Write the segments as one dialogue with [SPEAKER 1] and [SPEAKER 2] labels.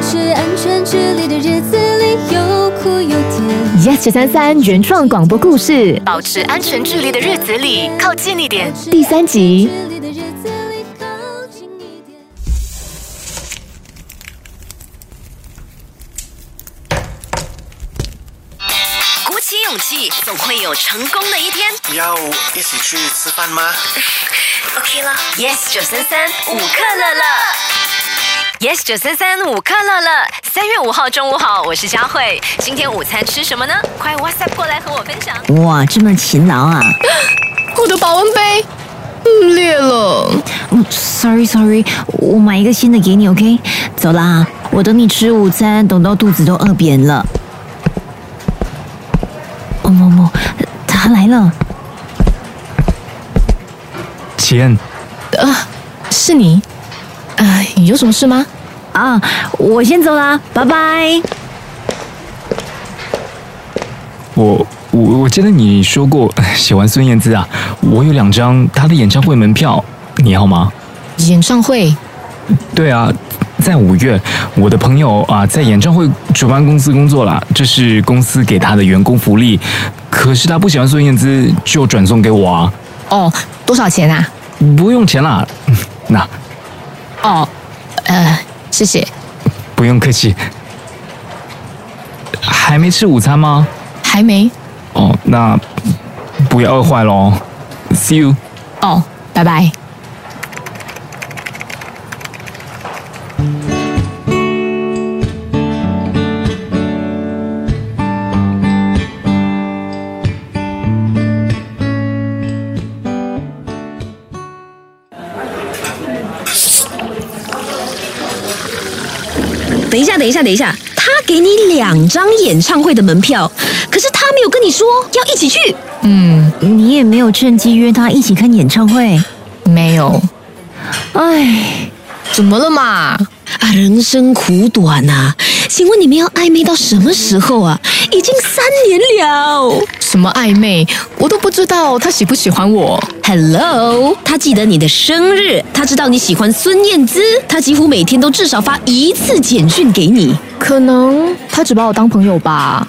[SPEAKER 1] 是安全距离的日子里，有哭有甜。
[SPEAKER 2] Yes 九三三原创广播故事
[SPEAKER 3] 保持安全距离的日子里，靠近一点。
[SPEAKER 2] 第三集。
[SPEAKER 3] 鼓起勇气，总会有成功的一天。
[SPEAKER 4] 要一起去吃饭吗？
[SPEAKER 3] OK 了，Yes 九三三五克乐乐。Yes 九三三五克乐乐，三月五号中午好，我是佳慧。今天午餐吃什么呢？快 WhatsApp 过来和我分享。
[SPEAKER 5] 哇，这么勤劳啊！
[SPEAKER 6] 我的保温杯嗯裂了。
[SPEAKER 5] 嗯，sorry sorry，我买一个新的给你，OK？走啦，我等你吃午餐，等到肚子都饿扁了。哦某某，他来了，
[SPEAKER 7] 启恩，
[SPEAKER 6] 是你？哎、有什么事吗？
[SPEAKER 5] 啊，我先走啦，拜拜。
[SPEAKER 7] 我我我记得你说过 喜欢孙燕姿啊，我有两张她的演唱会门票，你要吗？
[SPEAKER 6] 演唱会？
[SPEAKER 7] 对啊，在五月，我的朋友啊在演唱会主办公司工作啦，这是公司给他的员工福利。可是他不喜欢孙燕姿，就转送给我啊，
[SPEAKER 6] 哦，多少钱啊？
[SPEAKER 7] 不用钱啦。 嗯那
[SPEAKER 6] 哦，呃，谢谢。
[SPEAKER 7] 不用客气。还没吃午餐吗？
[SPEAKER 6] 还没？
[SPEAKER 7] 哦，那不要饿坏喽。See you。
[SPEAKER 6] 哦，拜拜。
[SPEAKER 8] 等一下，等一下，等一下，他给你两张演唱会的门票，可是他没有跟你说要一起去。
[SPEAKER 5] 嗯你也没有趁机约他一起看演唱会，
[SPEAKER 6] 没有？
[SPEAKER 5] 唉，
[SPEAKER 6] 怎么了嘛？
[SPEAKER 8] 啊，人生苦短呐、请问你们要暧昧到什么时候啊？已经三年了。
[SPEAKER 6] 什么暧昧？我都不知道他喜不喜欢我。
[SPEAKER 8] Hello，他记得你的生日，他知道你喜欢孙燕姿，他几乎每天都至少发一次简讯给你。
[SPEAKER 6] 可能他只把我当朋友吧。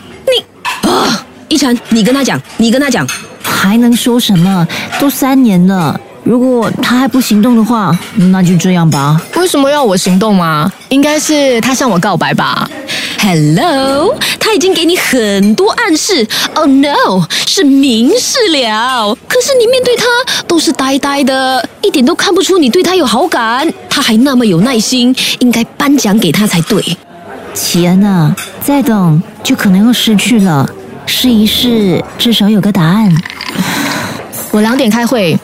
[SPEAKER 8] 一晨，你跟他讲，你跟他讲，
[SPEAKER 5] 还能说什么？都三年了，如果他还不行动的话，那就这样吧。
[SPEAKER 6] 为什么要我行动吗？应该是他向我告白吧。
[SPEAKER 8] Hello，他已经给你很多暗示，Oh no，是明示了。可是你面对他都是呆呆的，一点都看不出你对他有好感。他还那么有耐心，应该颁奖给他才对。
[SPEAKER 5] 齐恩啊，再等就可能要失去了，试一试，至少有个答案。
[SPEAKER 6] 我两点开会，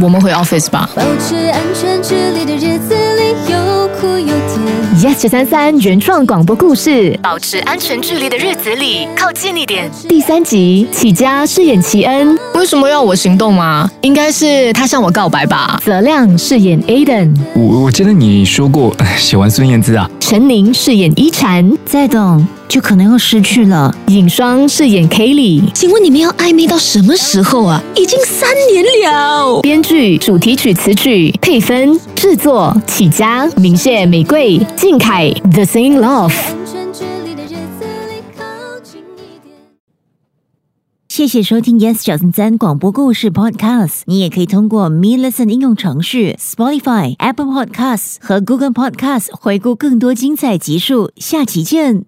[SPEAKER 6] 我们回 office 吧。
[SPEAKER 1] 保持安全距离的日子里，有哭有甜。
[SPEAKER 2] Yes 九三三原创广播故事
[SPEAKER 3] 保持安全距离的日子里，靠近一点。
[SPEAKER 2] 第三集，启佳饰演齐恩，
[SPEAKER 6] 为什么要我行动吗？应该是他向我告白吧。
[SPEAKER 2] 泽亮饰演 Aden，
[SPEAKER 7] 我我记得你说过喜欢孙燕姿啊，
[SPEAKER 2] 陈宁饰演一禅，
[SPEAKER 5] 再等就可能要失去了，
[SPEAKER 2] 尹双饰演 Kelly。
[SPEAKER 8] 请问你们要暧昧到什么时候啊？已经三年了。
[SPEAKER 2] 编剧、主题曲词曲配分、制作启佳、明谢、玫瑰、靖凯、The Singing Love。
[SPEAKER 1] 安全距离的日子里，靠近一点。
[SPEAKER 5] 谢谢收听 Yes 小森三广播故事 Podcast。你也可以通过 Me Listen 应用程序、Spotify、Apple Podcasts 和 Google Podcasts 回顾更多精彩集数。下期见。